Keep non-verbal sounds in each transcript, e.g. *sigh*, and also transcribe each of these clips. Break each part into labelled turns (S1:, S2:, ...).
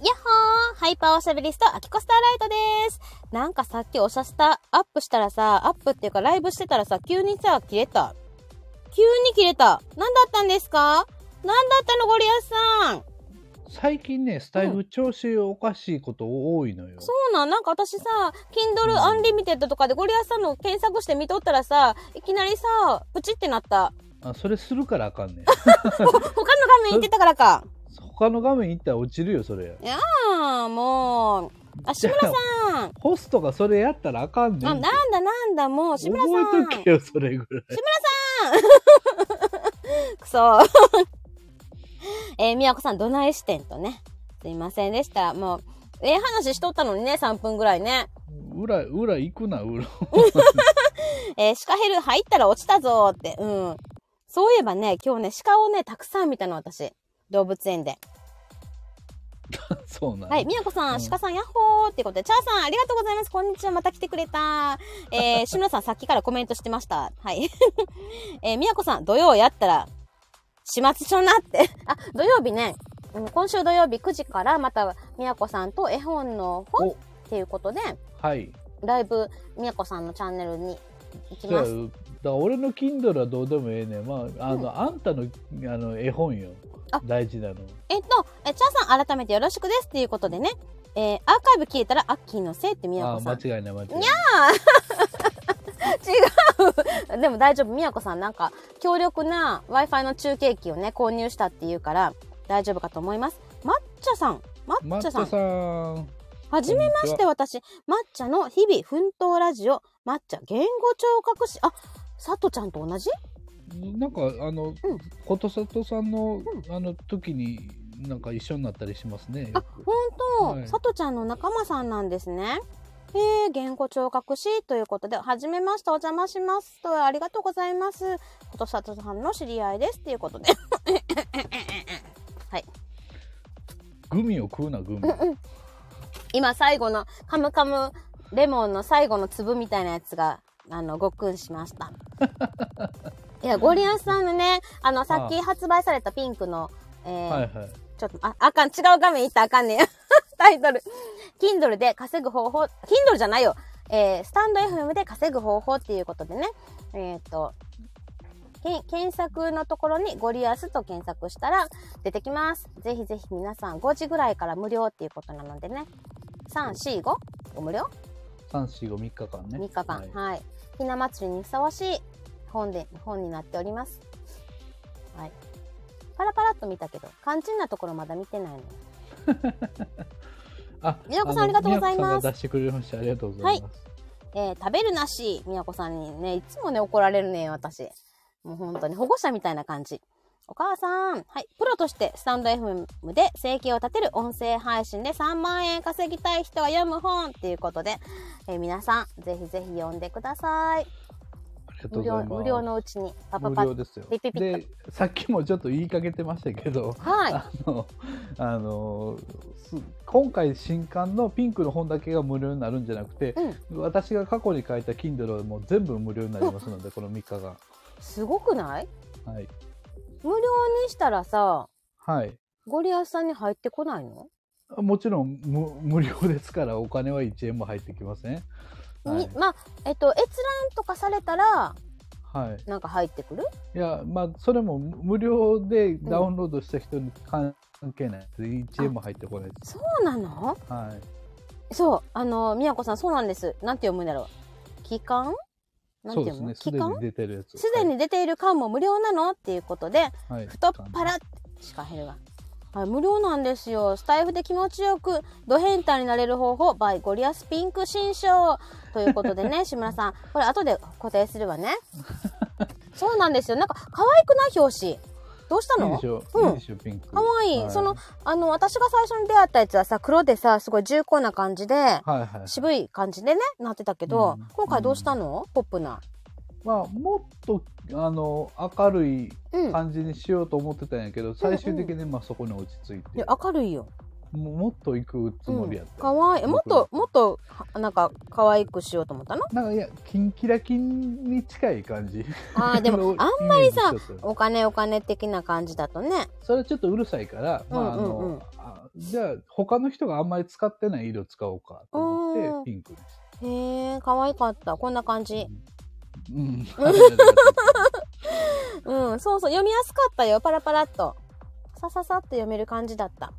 S1: やっほーハイパーおしゃべりスト、アキコスターライトですなんかさっきおしゃした、アップしたらさ、アップっていうかライブしてたらさ、急にさ、切れた。急に切れた。なんだったんですかなんだったのゴリアスさん
S2: 最近ね、スタイフ調子おかしいこと多いのよ。
S1: そうなん、なんか私さ、Kindle Unlimited とかでゴリアスさんの検索して見とったらさ、いきなりさ、プチってなった。
S2: あそれするからあかんねん。
S1: ほ他の画面行ってたからか。
S2: 他の画面行ったら落ちるよ、それ。
S1: あーもう。あ、志村さん。
S2: ホストがそれやったらあかんねん。
S1: あ、なんだなんだ、もう、志村さん。
S2: 覚えとけよ、それぐらい。
S1: くそ。 *laughs* えー、みやこさん、どないしてんとね。すいませんでした。もう、ええ話しとったのにね、3分ぐらいね。
S2: 裏、裏行くな、裏。 *laughs*
S1: えー、シカヘル入ったら落ちたぞーって。うん。そういえばね、今日ね、鹿をね、たくさん見たの、私。動物園で。
S2: そうなん。
S1: はい、みやこさ、
S2: うんん
S1: 鹿さん、やっほーってことで、チャーさん、ありがとうございます。こんにちは、また来てくれた。えー、
S2: *laughs*
S1: 志村さん、さっきからコメントしてました。はい。 *laughs* えー、みやこさん、土曜やったら、始末書なって。 *laughs* あ、土曜日ね、うん今週土曜日9時から、また、みやこさんと絵本の本
S2: お
S1: っていうことで、
S2: はい。
S1: ライブ、みやこさんのチャンネルに行き
S2: そうや
S1: ま
S2: だ
S1: す。
S2: から俺の Kindle はどうでもええねん。まあ、あの、
S1: う
S2: あんたのあの絵本よ
S1: あ。
S2: 大事なの。
S1: えっと、え、チャーさん、改めてよろしくですっていうことでね、えー、アーカイブ聞いたら、アッキーのせいってみや
S2: あ
S1: こさん。
S2: 間違いない、間違いない。
S1: 違う *laughs* でも大丈夫。みやこさんなんか強力な Wi-Fi の中継機をね、購入したっていうから大丈夫かと思います。抹茶さん。抹
S2: 抹
S1: 茶
S2: 茶
S1: さ
S2: さ
S1: ん。
S2: ん。
S1: はじめまして私、抹茶の日々奮闘ラジオ、抹茶言語聴覚士。あ、さとちゃんと同じ
S2: なんかあの、ことさとさんの、あの時になんか一緒になったりしますね。
S1: あ
S2: よく
S1: 本
S2: は
S1: 当、
S2: い
S1: さとちゃんの仲間さんなんですね。えー、言語聴覚士ということで、はじめまして、お邪魔しますと、ありがとうございます。ことさとさんの知り合いですということで。
S2: グミを食うなグミ。
S1: 今最後のカムカムレモンの最後の粒みたいなやつがあのごっくんしました
S2: *laughs*
S1: いやゴリアスさんのねあのさっき発売されたピンクのえー
S2: はいはい。
S1: ちょっとああかん違う画面いったらあかんねん *laughs* タイトル Kindle で稼ぐ方法 Kindle じゃないよえースタンド FM で稼ぐ方法っていうことでねえっ、とけ検索のところにゴリアスと検索したら出てきます。ぜひぜひ皆さん5時ぐらいから無料っていうことなのでね。3、4、5? お無料
S2: 三四五三日間ね。
S1: 3日間。
S2: はい
S1: はい。ひな祭りにふさわしい本で、本になっております。はい。パラパラっと見たけど、肝心なところまだ見てないのよ。
S2: あ、
S1: みやこさんありがとうございます
S2: みやこさんが出してくれました。ありがとうございます。
S1: えー食べるなし、みやこさんにね、いつもね、怒られるね、私。もう本当に保護者みたいな感じ。お母さん、はい、プロとしてスタンド FM で生計を立てる音声配信で3万円稼ぎたい人が読む本っていうことで、えー皆さん、ぜひぜひ読んでください。
S2: ありがと
S1: 無
S2: うござい
S1: 料、
S2: ます。
S1: 無料のうちに、パパ
S2: 無
S1: パッ
S2: 料ですよ
S1: ピッピッピッ
S2: でさっきもちょっと言いかけてましたけど、 *laughs*
S1: はい。
S2: あのあのす今回新刊のピンクの本だけが無料になるんじゃなくて、
S1: うん。
S2: 私が過去に書いた Kindle はもう全部無料になりますのでこの3日間
S1: すごくない
S2: はい
S1: 無料にしたらさ、
S2: はい
S1: ゴリアスさんに入ってこないの、
S2: もちろん無無料ですからお金は1円も入ってきませんは
S1: に
S2: い、
S1: まあ、えっと、閲覧とかされたら、
S2: は
S1: なんか入ってくる
S2: い、いやまあそれも無料でダウンロードした人に関係ないです1円も入ってこないです
S1: そうなの
S2: はい
S1: そう、あの、みやこさん、そうなんです。なんて読むんだろう。期間なん
S2: そ
S1: て
S2: うで
S1: 読
S2: す
S1: む、
S2: ねす
S1: 期
S2: で
S1: 間
S2: に出てるやつ
S1: すでに出ている間も無料なのっていうことで、
S2: はいはい
S1: 太っ腹しか減るわ。はい、無料なんですよ。スタイフで気持ちよく、ド変態になれる方法、by ゴリアスピンク新章。ということで
S2: *laughs*
S1: ね、志村さん、これ後で固定するわね。そうなんですよ。なんか、可愛くない表紙。どうした
S2: いい
S1: の
S2: でしょ、
S1: うん
S2: いいでしょピンク
S1: 可愛い
S2: は
S1: その、あの、私が最初に出会ったやつはさ、黒でさ、すごい重厚な感じで、
S2: はいはいはい
S1: 渋い感じでね、なってたけど、
S2: うん
S1: 今回どうしたの、ポップな。
S2: まあもっとあの明るい
S1: うん。
S2: 感じにしようと思ってたんやけど最終的にまあそこに落ち着い
S1: いや
S2: て、
S1: 明るいよ。
S2: ももっと行くつもりやった、
S1: かわいい。もっと、もっと、はなんか、可愛くしようと思
S2: *laughs*
S1: ったの
S2: なんかいやキンキラキンに近い感じ
S1: ああ、でも、あん
S2: まり
S1: さお金お金的な感じだとね。
S2: それはちょっとうるさいから、まああ
S1: うんうんうん
S2: のあじゃあ、他の人があんまり使ってない色使おうかと思
S1: おー
S2: って、ピンクにし
S1: へえ、可愛かった。こんな感じ。
S2: た。
S1: *laughs*
S2: うん。ありがとうございます
S1: うん、そうそう、読みやすかったよ。パラパラっと。さささっと読める感じだった。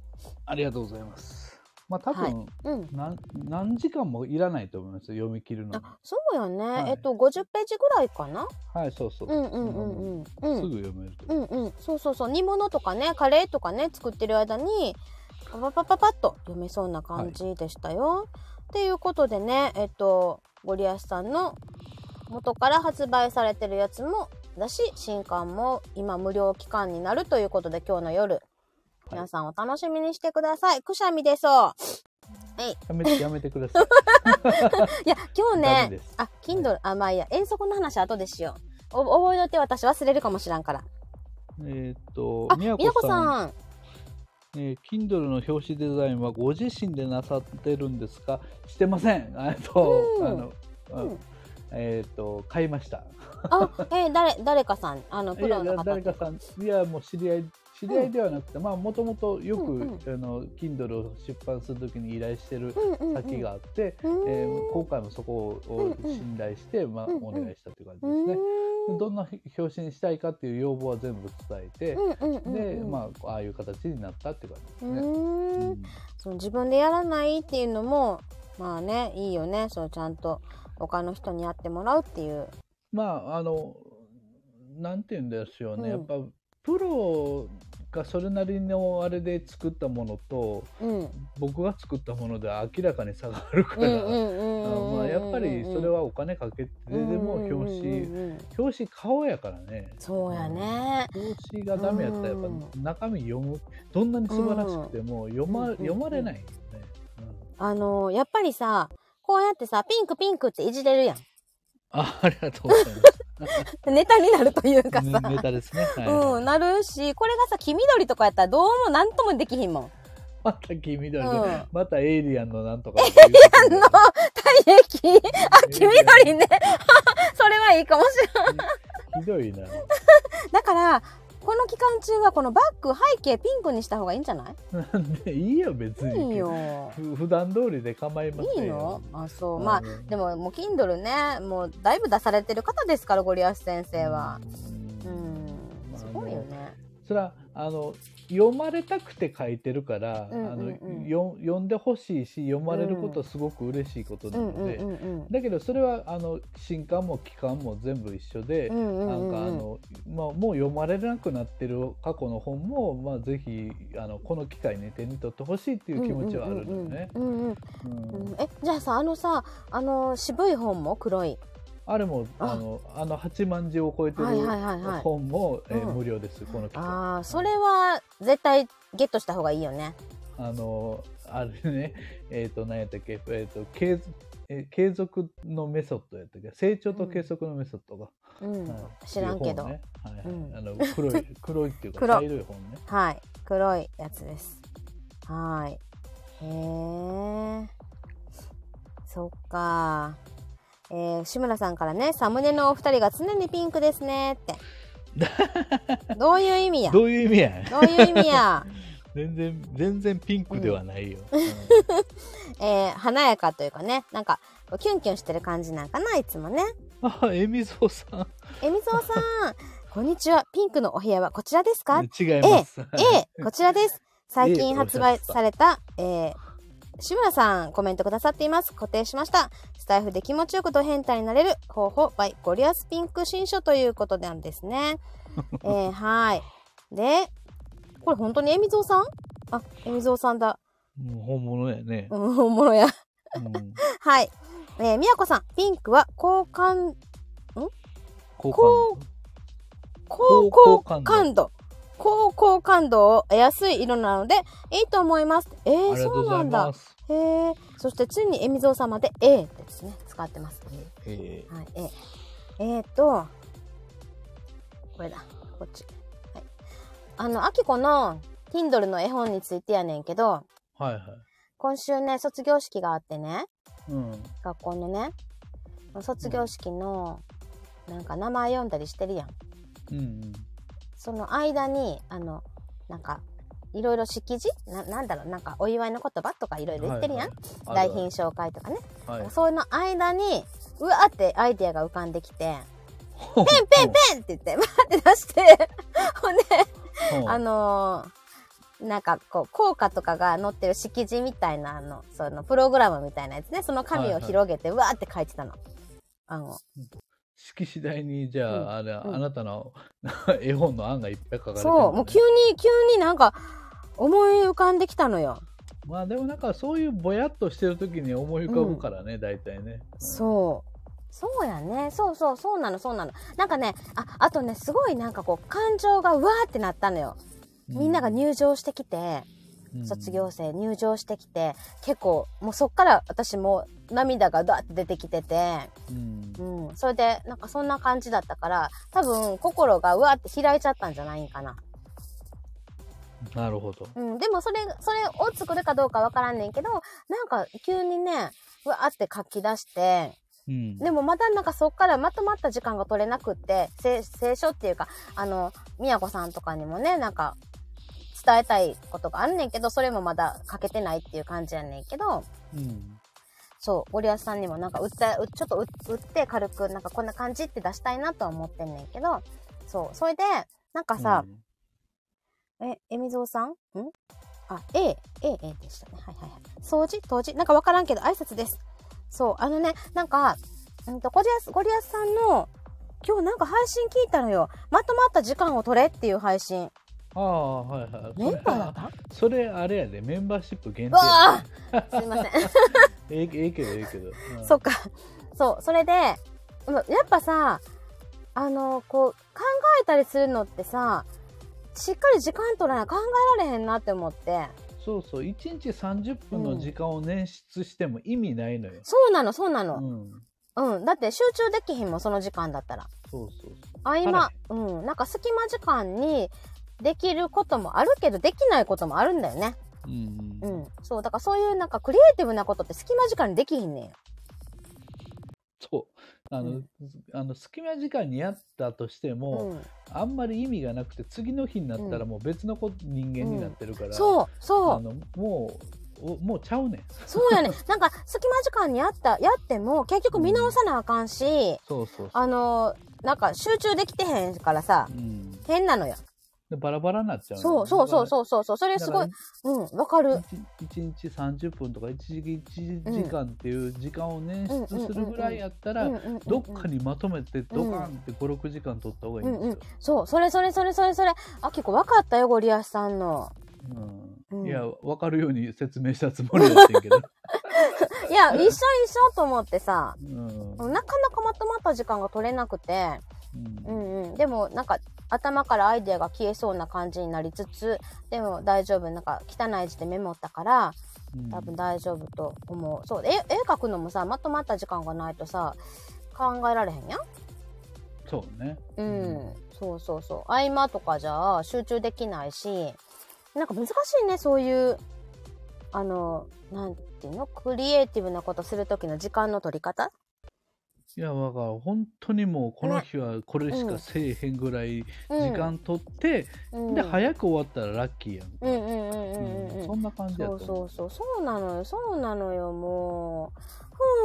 S2: ありがとうございます。まあ、多
S1: は
S2: 分、
S1: うん。
S2: なん何時間もいらないと思います読み切るのに。
S1: あ、そうよね。
S2: はい
S1: えっと、50ページぐらいかな。
S2: はい、そうそう。
S1: うんうんうんうん。うん
S2: す。ぐ読めると。
S1: うんうん、そうそうそう煮物とかねカレーとかね作ってる間にパパパパパッと読めそうな感じでしたよ。と、い、うことでねえっとゴリアスさんの元から発売されてるやつもだし新刊も今無料期間になるということで今日の夜皆さんお楽しみにしてください。くしゃみ出そう。
S2: やめ
S1: *laughs*
S2: て、やめてください。
S1: いや今日
S2: ダメ
S1: ね
S2: です
S1: あ Kindle、あまあいいや遠足の話後でしよう。お覚えといて私忘れるかもしらんから。
S2: えーっと
S1: あ、、
S2: み
S1: み
S2: や
S1: や
S2: こ
S1: こ
S2: さん
S1: さん。
S2: えー Kindle の表紙デザインはご自身でなさってるんですかしてません。えーっと、
S1: うん
S2: あの、あ
S1: うん
S2: えーっと、買いました。
S1: あ、えー誰、誰かさん、あの、プ
S2: いや
S1: ロ
S2: い
S1: の
S2: や
S1: 方。
S2: 誰かさんいやもう知り合い知り合いではなくて、まあもともとよく、
S1: うんうん
S2: あの Kindle を出版するときに依頼してる
S1: うんうんうん
S2: 先があって、
S1: うーん
S2: えー今回もそこを
S1: うんうん
S2: 信頼して、まあ、
S1: うんうん
S2: お願いしたという感
S1: う
S2: じ
S1: ー
S2: で
S1: ん
S2: すね。でどんな表紙にしたいかっていう要望は全部伝えて、
S1: うんうんうん
S2: で、
S1: うん
S2: まあああいう形になったって感じ
S1: う
S2: ですね。
S1: ーんその自分でやらないっていうのもまあねいいよねそうちゃんと他の人にやってもらうっていう
S2: まああのなんて言うんですよね、
S1: うん
S2: やっぱプロがそれなりのあれで作ったものと
S1: うん
S2: 僕が作ったものでは明らかに差があるか
S1: う
S2: ら、
S1: んうんうん
S2: *laughs* あ
S1: うん
S2: まあ、やっぱりそれはお金かけて
S1: う
S2: で
S1: んうんうん
S2: も
S1: うん
S2: 表
S1: う
S2: 紙
S1: んうん
S2: 表紙顔やからね
S1: そうやね
S2: 表紙がダメやったらやっ
S1: うん
S2: ぱ中身読むどんなに素晴らしくても読ま,、
S1: うんうん
S2: 読まれないよね、うん
S1: あのやっぱりさこうやってさピンクピンクっていじれるやん
S2: あありがとうございま
S1: ネタになるというか
S2: す
S1: さ
S2: ねネタですね、はい
S1: うんなるしこれがさ黄緑とかやったらどうもなんともできひんもん *laughs*
S2: また黄緑で、
S1: うん
S2: またエイリアンのなんとかエイリア
S1: の体液あ黄緑ね *laughs* それはいいかもしれない
S2: ひど
S1: *laughs*
S2: いな
S1: だからこの期間中はこのバッグ背景ピンクにした方がいいんじゃない
S2: なん *laughs* でいいよ別に
S1: いいよ
S2: ふ普段通りで構いませ
S1: い
S2: ん
S1: い
S2: よ
S1: のあそうまあ
S2: うん
S1: でももう Kindle ねもうだいぶ出されてる方ですからゴリアス先生はう
S2: うん
S1: ん
S2: まあ
S1: すごいよね
S2: それはあの読まれたくて書いてるから、
S1: うんうんうん
S2: あのよ読んでほしいし読まれることはすごく嬉しいこと
S1: う
S2: なの
S1: ん
S2: で、
S1: うんうんうん
S2: だけどそれはあの新刊も期間も全部一緒で、
S1: うんうんうん
S2: なんかあの、まあ、もう読まれなくなってる過去の本も、まあ、ぜひあのこの機会に手に取ってほしいっていう気持ちはあるのよね。
S1: うんうんうん
S2: う
S1: うんんうんえじゃあさあのさあの渋い本も黒い
S2: あれも
S1: あ
S2: あのあの8万字を超えてる
S1: はいはいはいはい
S2: 本も、えー
S1: うん
S2: 無料ですこの期間。
S1: あーそれは絶対ゲットした方がいいよね
S2: あの、あれね、 *laughs* えっ、と、何やったっけ、えっ、と、継続えー継続のメソッドやったっけ成長と継続のメソッドが、
S1: うん
S2: はい
S1: 知らんけど
S2: っていう
S1: うん
S2: 本ねはいはいあの黒
S1: *laughs*
S2: い黒いっていうか
S1: 黒
S2: 茶色い本ね
S1: はい黒いやつですはいへえそっかえー、志村さんからねサムネのお二人が常にピンクですねって
S2: *laughs*
S1: どういう意味やど
S2: どういう意味やねん
S1: ういう意味や *laughs*
S2: 全然全然ピンクではないよ、うん
S1: えー、華やかというかねなんかこうキュンキュンしてる感じなんかないつもね
S2: あえみぞうさん
S1: えみぞうさんこんにちはピンクのお部屋はこちらですか
S2: 違います、
S1: A こちらです最
S2: ええ
S1: 近発売された、えー、志村さんコメントくださっています固定しましたスタイフで気持ちよくド変態になれる方法 by ゴリアスピンク新書ということなんです
S2: *laughs*
S1: ねえー、はいでこれ本当にえみぞうさんあえみぞうさんだ *laughs*
S2: もう本物やね、
S1: うんおもろや
S2: うん、交
S1: はいえー、みやこさんピンクは好感こ
S2: 換
S1: 高好感度高好感度を得やすい色なのでいいと思いますえ
S2: あ
S1: ー、
S2: りがと
S1: そうう
S2: ござ
S1: ないんだ
S2: ます
S1: へえ。そしてついにえみぞう様で A ですね。使ってます。
S2: え
S1: はい、A。えー、と、これだ。こっち。はい。あの、あきこの Kindle の絵本についてやねんけど、
S2: ーはいは
S1: 今週ね、卒業式があってね、
S2: いうん
S1: 学校のね、卒業式の、なんか名前読んだりしてるやん。
S2: うんうん
S1: その間に、あの、なんか、いろいろ式辞ななんだろうなんかお祝いの言葉とかいろいろ言ってるやん、
S2: はいはい
S1: 来賓紹介とかね、
S2: はいはい
S1: そういうの間にうわーってアイディアが浮かんできて
S2: ペン
S1: 「ペンペン!」って言ってバーって出して *laughs* ほんで
S2: ペ
S1: あのーなんかこう効果とかが載ってる式辞みたいなあのそのプログラムみたいなやつねその紙を広げてうわーって書いてたの。あの
S2: 式次第にじゃあ,、あ
S1: う
S2: れ
S1: ん
S2: あなたの *laughs* 絵本の案がいっぱい書かれてる、ね、
S1: そうもう急に急になんか思い浮かんできたのよ。
S2: まあでもなんかそういうぼやっとしてる時に思い浮かぶからね、大体ね
S1: そうそうやねそうそうそうなのそうなのなんかねああとねすごいなんかこう感情がうわーってなったのよ。
S2: う
S1: みんなが入場してきて、
S2: うん
S1: 卒業生入場してきて結構もうそっから私もう涙がダーって出てきてて。
S2: うん
S1: うん、それでなんかそんな感じだったから多分心がうわって開いちゃったんじゃないんかな、
S2: なるほど
S1: うん、でもそれそれを作るかどうかわからんねんけどなんか急にねうわって書き出して
S2: うん
S1: でもまたなんかそっからまとまった時間が取れなくってせ聖書っていうかあの宮子さんとかにもねなんか伝えたいことがあんねんけどそれもまだ書けてないっていう感じやねんけど
S2: うん
S1: そうゴリアスさんにもなんか売ったうちょっと売売って軽くなんかこんな感じって出したいなとは思ってんねんけどそうそれでなんかさ、
S2: うん
S1: ええみぞうさんんあ A A A でしたねはいはいはい掃除当時なんかわからんけど挨拶ですそうあのねなんか、うん、とゴリアスゴリアスさんの今日なんか配信聞いたのよまとまった時間を取れっていう配信
S2: ああはいはい
S1: メンバーだっ
S2: それ
S1: た
S2: *laughs* それあれやでメンバーシップ限定
S1: うわ
S2: や
S1: あすいません
S2: ええええけどええけど、うん
S1: *laughs* そっか。そう、それで、うんやっぱさ、あの、こう、考えたりするのってさ、しっかり時間取らない考えられへんなって思って。
S2: そうそう1日30分の時間を捻出しても意味ないのよ、
S1: そうなの、そうな
S2: う
S1: の。
S2: ん、
S1: うん。だって集中できひんもん、その時間だったら。
S2: そうそう
S1: 合間、うん。なんか隙間時間にできることもあるけど、できないこともあるんだよね。
S2: そううん
S1: う
S2: うん
S1: ん。そう、だからそういうなんかクリエイティブなことって隙間時間にできひんねんよ。
S2: そうあの,、
S1: うん
S2: あの隙間時間にやったとして
S1: う
S2: も、
S1: ん。
S2: あんまり意味がなくて次の日になったらもう別のこ、人間になってるから、
S1: そう、そう。
S2: あのもうおもうちゃうねん
S1: そうやね。なんか、隙間時間にあった、やっても、結局見直さなあかんし、
S2: そうそうそう、
S1: あのーなんか集中できてへんからさ
S2: う、ん、で
S1: 変なのよ。
S2: バラバラになっちゃう
S1: そうそうそう
S2: う
S1: そうそうそう、それすごい、うん、わかる。
S2: 1日30分とか1時 ,1 時間っていう時間を捻出するぐらいやった
S1: うん
S2: ら
S1: うんうんうん
S2: どっかにまとめてドカンって56時間取った方がいいんですよ。
S1: そう、それそれそれそれそれ。あ、結構わかったよ、ゴリアスさんの。う
S2: う、
S1: んん
S2: いや分かるように説明したつもりだったけど、
S1: いや、一緒一緒と思ってさ、
S2: うん
S1: なかなかまとまった時間が取れなくて、う
S2: うん
S1: んうん、でもなんか頭からアイデアが消えそうな感じになりつつでも大丈夫なんか汚い字でメモったから
S2: うん
S1: 多分大丈夫と思うそう絵絵描くのもさまとまった時間がないとさ考えられへんやん
S2: そうね、
S1: うん、そうそうそう合間とかじゃあ集中できないしなんか難しいねそういうあのなんていうのクリエイティブなことする時の時間の取り方
S2: いやだから本当にもうこの日はこれしかせえへんぐらい
S1: うん
S2: 時間取って、
S1: うん
S2: で早く終わったらラッキーやん、
S1: うんうんうんうんうんうん
S2: そんな感じやと
S1: そ
S2: 思
S1: うそうそうそうなのよそうなのよも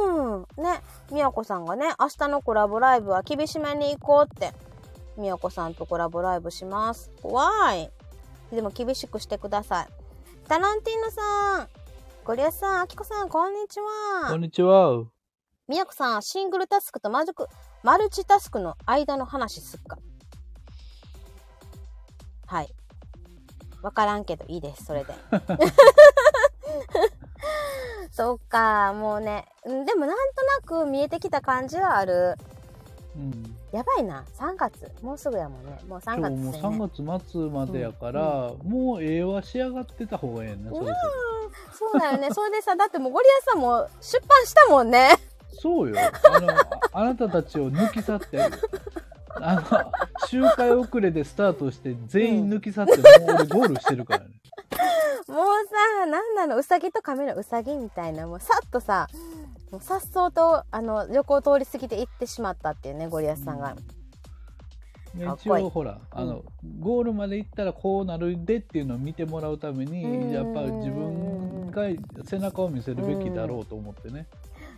S1: うふんねみやこさんがね明日のコラボライブは厳しめに行こうってみやこさんとコラボライブします怖いでも厳しくしてくださいタランティーノさんゴリアスさんあきこさんこんにち
S2: こ
S1: は
S2: んにちは
S1: みやこさんシングルタスクとマジクマルチタスクの間の話すっかはいわからんけどいいですそ
S2: *laughs*
S1: れでそっかもうねうんでもなんとなく見えてきた感じはある
S2: うん
S1: やばいな3月もうすぐやもんねもう3
S2: 今
S1: 月
S2: 日も
S1: で
S2: う
S1: すよね
S2: 3月末までやから、もう絵は仕上がってた方がええね、
S1: うん
S2: そろ
S1: そうだよねそれでさだってもうゴリアスさんも出版したもんね
S2: そろそうよ
S1: *laughs*
S2: あのあなたたちを抜き去ってあの周回遅れでスタートして全員抜き去って、もう俺ゴールしてるからね
S1: もうさなんなのうさぎと亀のうさぎみたいなもうさっとさもうさっそうとあの横を通り過ぎて行ってしまったっていうねゴリアスさんが、
S2: で
S1: かっ
S2: 一
S1: こいい
S2: 応ほらあの、ゴールまで行ったらこうなるでっていうのを見てもらうため
S1: うん
S2: にやっぱ自分が背中を見せるべきだろうと思ってね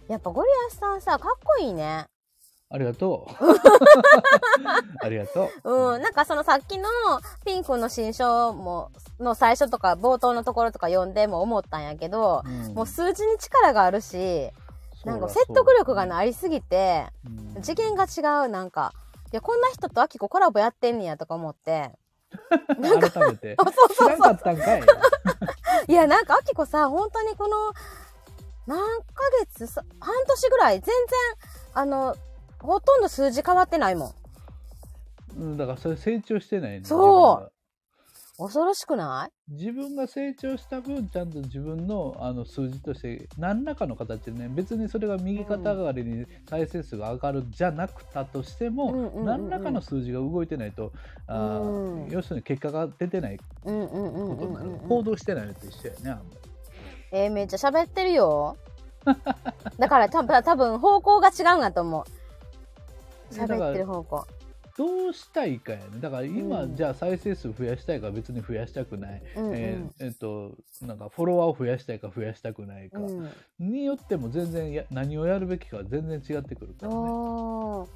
S1: やっぱゴリアスさんさ、かっこいいね。
S2: ありがとう *laughs* ありがとう
S1: うん、なんかそのさっきのピンクの新章も、の最初とか冒頭のところとか読んでも思ったんやけど、
S2: うん
S1: もう数字に力があるし、なんか説得力がなりすぎて、
S2: うん
S1: 次元が違う、なんか。いや、こんな人とアキココラボやってんねやとか思って。
S2: 改
S1: *laughs*
S2: めて知らんかったんかい
S1: いや、なんかアキコさ、本当にこの、何ヶ月さ、半年ぐらい、全然、あの、ほとんど数字変わってないもん。
S2: うんだからそれ成長してないね
S1: そう恐ろしくない
S2: 自分が成長した分ちゃんと自分のあの数字として何らかの形でね別にそれが右肩上がりに再生数が上がるじゃなくたとして
S1: うん
S2: も、
S1: うんうんうん
S2: 何らかの数字が動いてないと、あー
S1: うん
S2: 要するに結果が出てないこ
S1: うんうんう
S2: と
S1: んう
S2: に
S1: ん
S2: な
S1: う
S2: る、
S1: んう
S2: 行
S1: ん。
S2: 動してないのと一緒やねあんまり
S1: えー、めっちゃ喋ってるよ。 *laughs* だから多分、多分方向が違うんだと思う。
S2: だか
S1: 喋ってる
S2: ら
S1: 方向。
S2: どうしたいかやねだから今、
S1: うん
S2: じゃあ再生数増やしたいか別に増やしたくない、
S1: うんうん。
S2: えーえっとなんかフォロワーを増やしたいか増やしたくないか、
S1: うん
S2: によっても全然や何をやるべきかは全然違ってくるからね。
S1: おー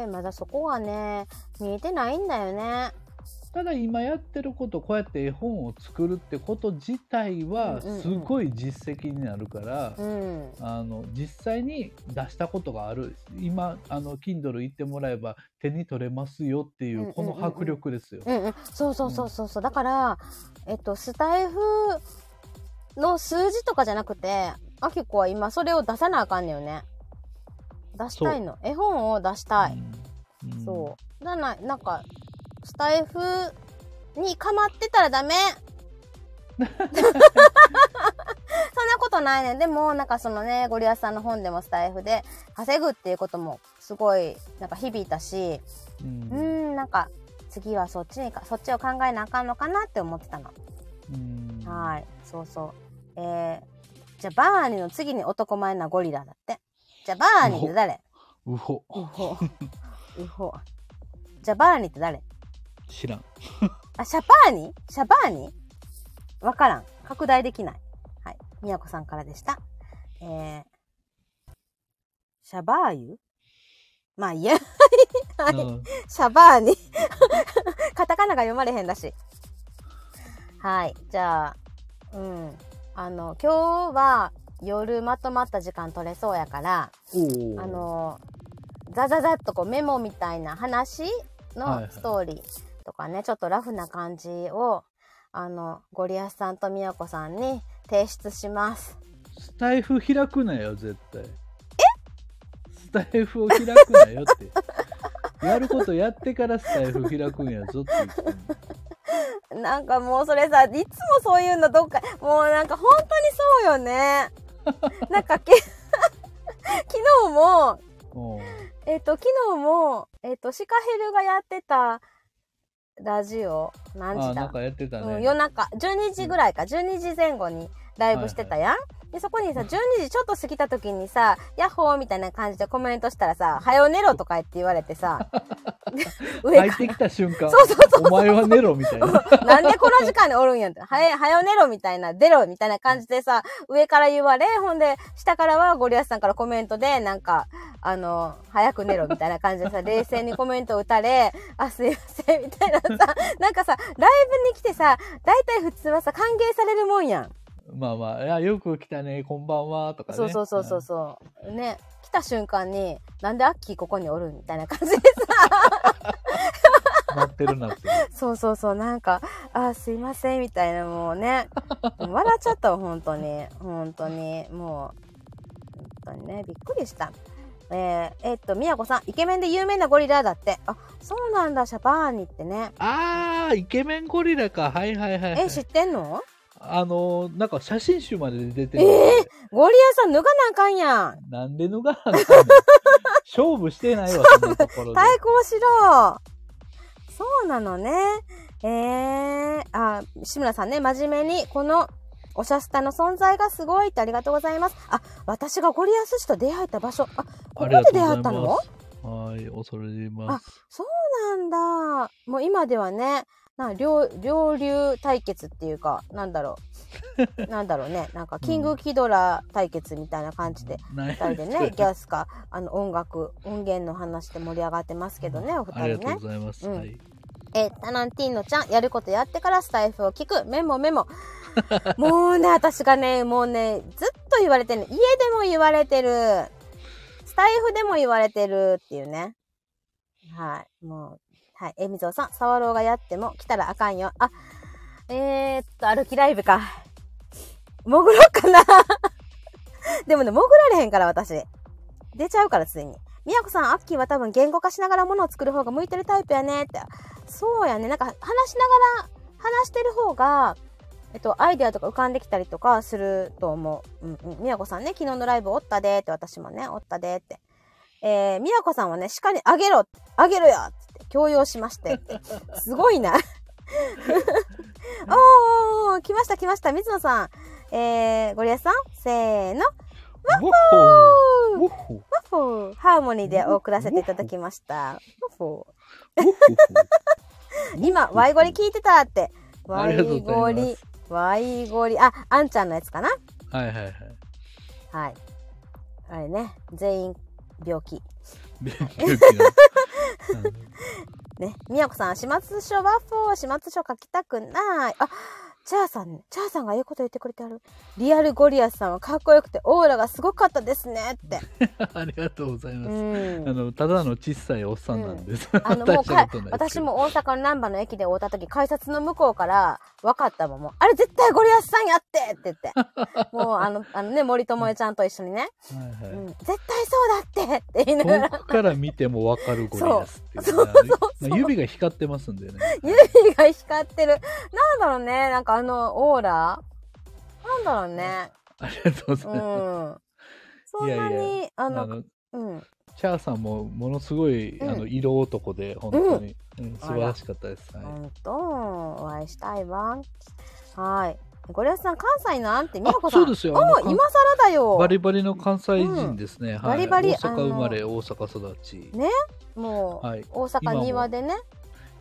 S1: えー、まだそこはね見えてないんだよね
S2: ただ今やってることこうやって絵本を作るってこと自体
S1: う
S2: は
S1: んうんうん
S2: すごい実績になるから、
S1: うん
S2: あの実際に出したことがある今あの Kindle 行ってもらえば手に取れますよってい
S1: うんうんうんう
S2: うんこの迫力ですよ。
S1: うんうんそうそうそうそうそうだからえっとスタイフの数字とかじゃなくてあきこは今それを出さなあかんのよね出したいの絵本を出したい、
S2: うんうん
S1: そうだななんかスタイフに構ってたらダメそんなことないねでもなんかそのねゴリアスさんの本でもスタイフで稼ぐっていうこともすごいなんか響いたし
S2: うん
S1: うーんなんか次はそっちにかそっちを考えなあかんのかなって思ってたの
S2: うん
S1: はいそうそうえー、じゃあバーニーの次に男前なゴリラだってじゃあバーニーって誰
S2: うほ
S1: うほうほじゃあバーニーって誰
S2: 知らん。
S1: あ、シャバーニシャバーニわからん。拡大できない。はい。みやこさんからでした。えー、シャバーユまあ、いいや。はい
S2: うん
S1: シャバーニ。 *laughs* カタカナが読まれへんだし。はい。じゃあ、うん。あの、今日は夜まとまった時間取れそうやから、
S2: おー
S1: あのザザザっとこうメモみたいな話
S2: はいは
S1: の
S2: い
S1: ストーリーとかね、ちょっとラフな感じをあのゴリアスさんとみやこさんに提出します。
S2: スタイフ開くなよ絶対スタイフを開くなよっ
S1: *laughs*
S2: てやることやってからスタイフ開くんやぞって言ってんの
S1: なんかもうそれさいつもそういうのどっかもうなんか本当にそうよ
S2: *laughs*
S1: ね。なんかけ *laughs* 昨日も
S2: おう
S1: えっ、と昨日もえっ、とシカヘルがやってたラジオ何時だ
S2: あなんかやってたね、
S1: うん、夜中12時ぐらいか、12時前後にライブしてたやん、でそこにさ12時ちょっと過ぎた時にさ「ヤッホー」みたいな感じでコメントしたらさ「はよ寝ろ」とか言って言われて
S2: *laughs*
S1: さ上
S2: 入
S1: か
S2: ってきた瞬間
S1: そうそうそうそう
S2: お前は寝ろみたいな
S1: ら「なんでこの時間におるんや」って「はよはよ寝ろ」みたいな「出ろ」みたいな感じでさ上から言われほんで下からはゴリアスさんからコメントでなんか「あの早く寝ろ」みたいな感じで *laughs* さ冷静にコメントを打たれ「あすいません」みたいなさなんかさライブに来てさ大体普通はさ歓迎されるもんやん。
S2: まあまあいやよく来たねこんばんはとかね
S1: そうそうそうそうそう。ね、来た瞬間に、なんでアッキーここにおるみたいな感じで
S2: うん待ってるなって
S1: さ、そうそうそう、なんか、あー、すいません、みたいな、もうね、笑っちゃったわ、本当に。本当に、もう、本当にね、びっくりした。えー、えっと、みやこさん、イケメンで有名なゴリラだって。あ、そうなんだ、シャバーニってね。
S2: あーイケメンゴリラかはいはいはい、はい、 *laughs*
S1: え、知ってんの
S2: あのーなんか写真集まで出てる、
S1: えゴリラさん脱がなあかんやん。
S2: なんで脱がなあかんの勝負してないわそんなところで
S1: 対抗しろそうなのね。えー、あ、志村さんね、真面目に、この、おしゃスタの存在がすごいってありがとうございます。あ、私がゴリアス氏と出会えた場所。あ、ここで出会ったの
S2: ありがとうございますはい、恐れ入ります。
S1: そうなんだ。もう今ではね、な両、両流対決っていうか、なんだろう。 *laughs* なんだろうね。なんか、キングキドラ対決みたいな感じで、
S2: ない
S1: 二人で
S2: *laughs*
S1: ね、ギャスか、あの、音楽、音源の話で盛り上がってますけどね、お
S2: あ
S1: 二人
S2: りがと
S1: ね
S2: う。ございます。
S1: うん
S2: はい。
S1: え、タランティーノちゃん、やることやってからスタイフを聞く、メモメ *laughs* モ。もうね、私がね、もうね、ずっと言われてるの。家でも言われてる。スタイフでも言われてるっていうね。はい。もう、はい。えみぞうさん、サワローがやっても来たらあかんよ。あ、えー、っと、歩きライブか。潜ろうかな。 *laughs* でもね、潜られへんから、私。出ちゃうから、ついに。みやこさん、アッキーは多分言語化しながら物を作る方が向いてるタイプやねって。そうやね。なんか話しながら、話してる方が、えっと、アイデアとか浮かんできたりとかすると思う。うんうん。みやこさんね、昨日のライブおったでって、私もね、おったでって。えー、みやこさんはね、鹿にあげろあげろやって、強要しましてって。すごいな。おー、来ました来ました、水野さん。えー、ゴリアスさん、せーの。
S2: ウォッ
S1: ウ
S2: ホーウォッホ
S1: ふ
S2: ー
S1: うハーモニーで送らせていただきました。ふう
S2: ウォッホー
S1: 今、ワイゴリ聞いてたって。ワ
S2: あ
S1: イ
S2: りがとう
S1: ゴ
S2: ございま
S1: リ
S2: す、
S1: ワイゴリ、あ、あんちゃんのやつかな
S2: はいはいはい。
S1: はい。あれね、全員病気。
S2: で勇気が
S1: ね、みやこさん、始末書ワッフォー、始末書書きたくない。あ、チャーさんね、チャーさんがええこと言ってくれてある。リアルゴリアスさんはかっこよくてオーラがすごかったですねっ
S2: *laughs*
S1: て。
S2: ありがとうございうます。
S1: ん
S2: あ。の、ただの小さいおっさんなんです。
S1: あの、もう
S2: 大した
S1: か
S2: ことないで
S1: 私
S2: すけど。
S1: も大阪の難波の駅で会うた時、改札の向こうから分かったもん。もうあれ絶対ゴリアスさんやってって
S2: *laughs*
S1: 言って。もうあの、あのね、森友恵ちゃんと一緒にね、
S2: はい
S1: う
S2: はい
S1: ん、絶対そうだってって言いなが
S2: 遠
S1: ら、
S2: くから見てもわかるゴリラスっていう
S1: そ
S2: ね
S1: う
S2: あの
S1: そうそう
S2: まあ指が光ってますんでね。
S1: 指が光ってる。なんだろうね、なんかあのオーラなんだろうね。
S2: ありがとうござ
S1: う
S2: *laughs* いま
S1: ん。そんなに、
S2: いやい
S1: あ
S2: す。
S1: の、
S2: あの
S1: うん。
S2: チャーさんもものすごい、
S1: うん
S2: あの色男で本当に、うん素晴らしかったです。はい
S1: ほんと、お会いしたいわ。はい。ゴリアスさん、関西なんて、みやこさん。
S2: あそうですよ
S1: お
S2: あの
S1: う今更だよ。
S2: バリバリの関西人ですね。はい
S1: バリバリ
S2: 大阪生まれ、大阪育ち。
S1: もう、
S2: はい
S1: 大阪庭でね、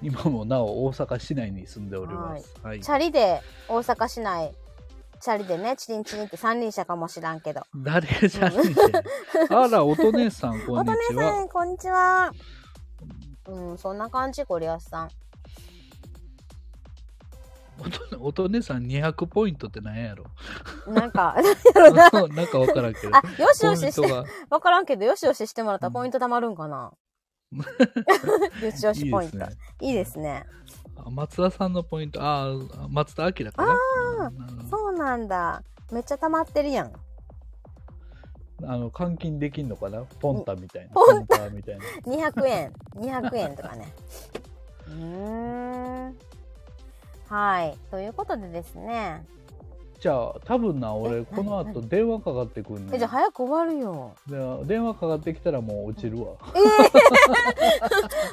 S2: 今もなお大阪市内に住んでおります。はい。
S1: チャリで大阪市内チャリでねチリンチリンって三輪車かもしらんけど
S2: 誰がチャーさんやねん。あら、おとねさん、こ
S1: お
S2: んに
S1: とね
S2: ち
S1: さ
S2: は。
S1: んこんにちはうんそんな感じゴリアスさ
S2: *laughs*
S1: ん
S2: おとおとねさん200ポイントってなん
S1: *laughs*
S2: やろ。
S1: なんか何やろな
S2: なんかわからんけど。
S1: あよし
S2: ポ
S1: よ
S2: イン
S1: しし
S2: ト
S1: て
S2: が
S1: 分からんけどよしよししてもらったらポイント貯まるんか
S2: *laughs*
S1: なよしよ
S2: い
S1: し
S2: い
S1: ポイ
S2: で
S1: ン
S2: す
S1: ト
S2: ね。
S1: いいですね
S2: あ松田さんのポイント、ああ、松田明かな。
S1: あ
S2: うんなるほど
S1: そうなんだめっちゃ溜まってるやん
S2: あの換金できんのかなポンタみたいな。
S1: ポ
S2: ンタみたいな。
S1: 200円200円とか
S2: *laughs*
S1: ねうーんはいということでですね
S2: じゃあ多分な俺
S1: え
S2: この
S1: *laughs*
S2: 後
S1: 何
S2: 電話かかってくんね
S1: え
S2: ん
S1: じゃあ早く終わるよ
S2: で電話かかってきたらもう落ちるわ。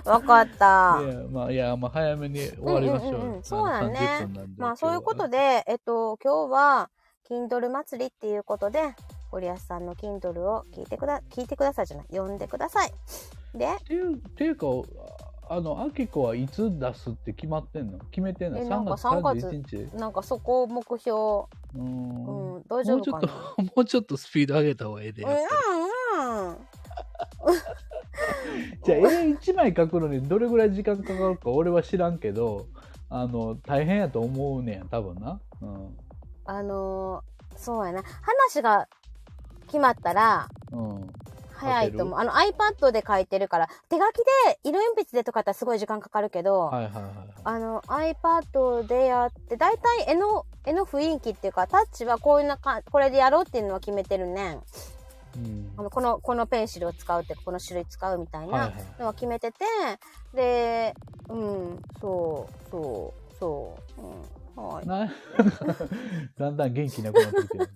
S1: わかった
S2: いやまあいやまあ早めに終わりましょ
S1: う
S2: う。
S1: んうんうんそうだね
S2: 30分なんで
S1: まあそういうこと
S2: 今
S1: でえっと今日は Kindle 祭りっていうことで堀安さんの Kindle を聞いてくだ聞いてくださいじゃない読んでくださいで
S2: 日はっていうっていうかあのあきこはいつ出すって決まってんの決めてんの
S1: えなん
S2: 3
S1: か
S2: 月
S1: 3
S2: 31日
S1: なんかそこを目標
S2: うー
S1: うんん大丈
S2: もうち
S1: 夫
S2: ょ
S1: か
S2: っ
S1: な
S2: と *laughs* もうちょっとスピード上げた方がええで、やっぱり
S1: うんうん
S2: じゃあ絵一枚描くのにどれぐらい時間かかるか俺は知らんけどあの大変やと思うねん多分な、うん
S1: あのーそうやな話が決まったら
S2: うん、
S1: 早いと思うあの iPad で書いてるから手書きで色鉛筆でとかやったらすごい時間かかるけど、
S2: はいはいはい
S1: あの iPad でやって大体絵の絵の雰囲気っていうかタッチはこういうなかこれでやろうっていうのは決めてるねん
S2: うん
S1: あのこのこのペンシルを使うっていうかこの種類使うみたい
S2: はい
S1: な
S2: はい
S1: のは決めてて、でうんそうそうそう、うんはい、
S2: な *laughs* だんだん元気なくなってき
S1: *laughs*
S2: てる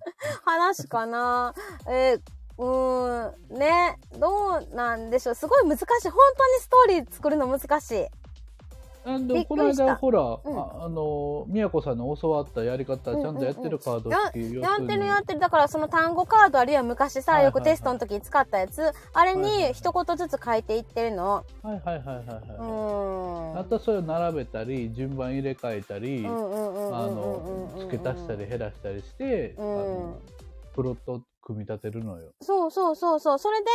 S1: 話かなえーうーんねどうなんでしょうすごい難しい本当にストーリー作るの難しい
S2: なん
S1: び
S2: で
S1: っく
S2: この
S1: りした
S2: 間ほら、
S1: うん
S2: ああの宮子さんの教わったやり方ちゃんとやってるカードっていう
S1: やってるやっ
S2: つ
S1: てる。だからその単語カードあるいは昔さ、
S2: はい
S1: よ
S2: はいはい
S1: くテストの時に使ったやつ、あれ
S2: はいは
S1: に
S2: い
S1: 一言ずつ書いていってるの。
S2: はいはいはいはいうは
S1: ん。
S2: い、あとそれを並べたり順番入れ替えたり、
S1: うんうんうんうんうんうんうん、
S2: あの付け足したり減らしたりして、
S1: う
S2: あ
S1: ん
S2: のプロットを組み立てるのよ。
S1: そうそうそうそう。それで、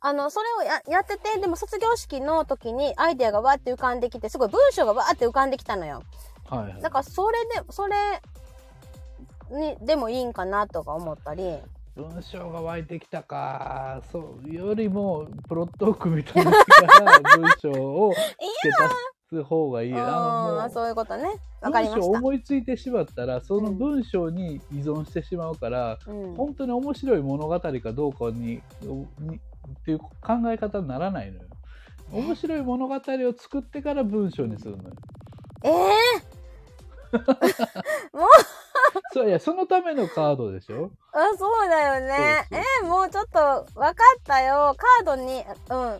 S1: あの、それをややってて、でも卒業式の時にアイデアがわーって浮かんできて、すごい文章がわーって浮かんできたのよ。
S2: はいはい
S1: だからそれで、それに、でもいいんかなとか思ったり。
S2: 文章が湧いてきたかそうよりもプロットを組み立てて
S1: *laughs*
S2: から文章を付け足す方がいいな
S1: あ
S2: も
S1: あ、
S2: う
S1: そういうことね。わかり
S2: 文
S1: ま
S2: 章
S1: し
S2: を
S1: た。
S2: 思いついてしまったらその文章に依存してしまうから、
S1: うん
S2: 本当に面白い物語かどうかににっていう考え方にならないのよ。
S1: え
S2: 面白い物語を作ってから文章にするのよ。
S1: ええ
S2: そういやそのためのカードでしょ。
S1: あ、そうだよね。
S2: そうそう
S1: え、もうちょっと分かったよ。カードに、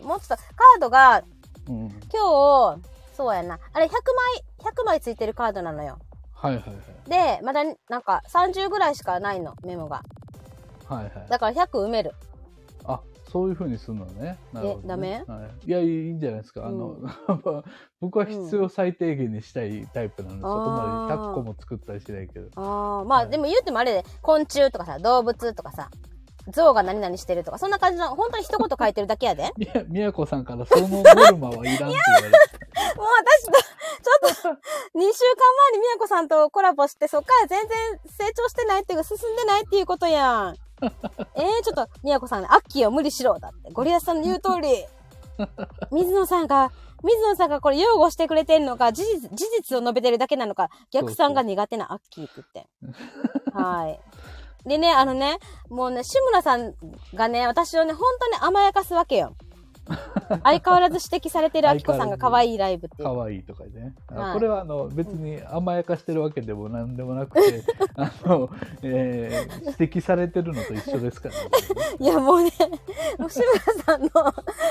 S1: うん、もうちょっと、カードが
S2: うん、
S1: 今日、そうやな。あれ100枚、100枚ついてるカードなのよ。
S2: はいはいはい
S1: で、まだなんか30ぐらいしかないの、メモが。
S2: はいはい。
S1: だから100埋める。
S2: あそういうふうにするのね。なるほどね
S1: えダメ
S2: はい、いやいいいいんじゃないですか。あの、僕は必要最低限にしたいタイプなので、そこまで
S1: あー
S2: 100個も作ったりしないけど。
S1: ああ、まあ、
S2: はい
S1: でも言うてもあれで、昆虫とかさ、動物とかさ、象が何々してるとか、そんな感じの、本当に一言書いてるだけやで。もう
S2: みや、みやこさんからそのノルマはいらんって言われて。
S1: 私と、ちょっと、2週間前にみやこさんとコラボして、そっから全然成長してないっていうか、進んでないっていうことやん。えー、ちょっと、みやこさん、アッキーを無理しろ、だって。ゴリアスさんの言う通り。水野さんが、水野さんがこれ擁護してくれてるのか、事実、事実を述べてるだけなのか、逆算が苦手なアッキーって言って。はい。でね、あのね、もうね、志村さんがね、私をね、本当に甘やかすわけよ。相変わらず指摘されてるアキコさんが可愛いライブっていう。
S2: 可愛いとかね、あ
S1: はい
S2: これはあの別に甘やかしてるわけでも何でもなく
S1: *laughs*
S2: てあの、えー指摘されてるのと一緒ですからね、 *laughs*
S1: いやもうね、 *laughs* もう志村さんの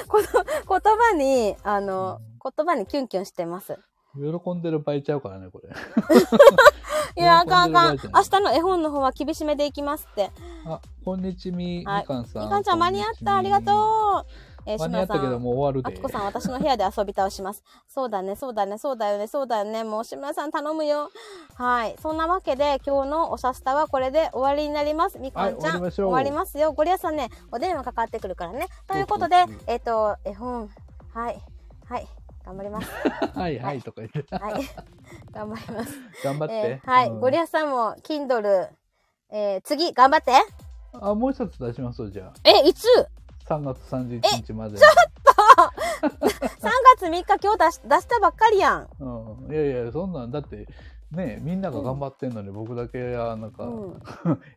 S1: この言葉に、あの、言葉にキュンキュンしてます。
S2: 喜んでる場合ちゃうからねこれ
S1: いや、あかんあかん。
S2: 喜ん
S1: 明
S2: でる場合じゃ
S1: 日の絵本の方は厳しめでいきますって。
S2: あこんにちみみ
S1: はい
S2: かんさん
S1: みかんちゃん間に合った。ありが
S2: う
S1: とう。えー
S2: 間に合ったけどもう終わ
S1: あ
S2: る
S1: き
S2: で
S1: こさん、私の部屋で遊び倒します。そうだね、そうだね、そうだよね、そうだよね。もう、志村さん頼むよ。はい。そんなわけで、今日のおしゃスタはこれで終わりになります。みかんちゃん、
S2: はい
S1: 終
S2: 終わりましょう
S1: わりますよ。ゴリアスさんね、お電話かかってくるからね。ということで
S2: そうそうそう、
S1: えっ、と、絵本、はい、はい、頑張り
S2: *laughs*
S1: ます。
S2: はいはいとか言って *laughs*
S1: はい。頑張ります。
S2: 頑張って、
S1: えーはい。
S2: うん
S1: ゴリアスさんも、Kindle、えー、次、頑張って。
S2: あもう一つ出しますよじゃ
S1: え、いつ
S2: あ3月31日まで
S1: 3月3日今日出し出したばっかりやん。
S2: うん、いやいやそんなんだってねみんなが頑張ってんのに、僕だけはなんか、
S1: うん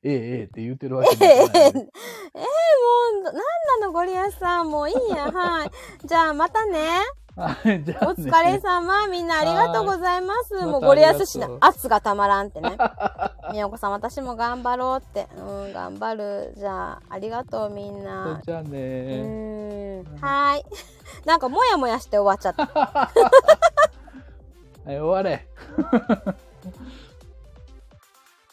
S2: ええええって言ってるわけ
S1: え
S2: じゃない
S1: え *laughs*
S2: ので
S1: もう、なんなの、ゴリアスさん。もういいや。はい。じゃあ、またね。
S2: はい、じゃ
S1: お
S2: あ、ね、
S1: 疲れ様。みんなありがとうございます。
S2: はい
S1: もう、
S2: また
S1: ゴリアス氏
S2: あり
S1: の
S2: がと
S1: 圧がたまらんってね。みよこさん、私も頑張ろうって。うん、頑張る。じゃあ、ありがとう、みんな。
S2: *laughs* じゃあ
S1: う
S2: ね、
S1: ーん。はーい。 *laughs* なんか、もやもやして終わっちゃった。
S2: はい終われ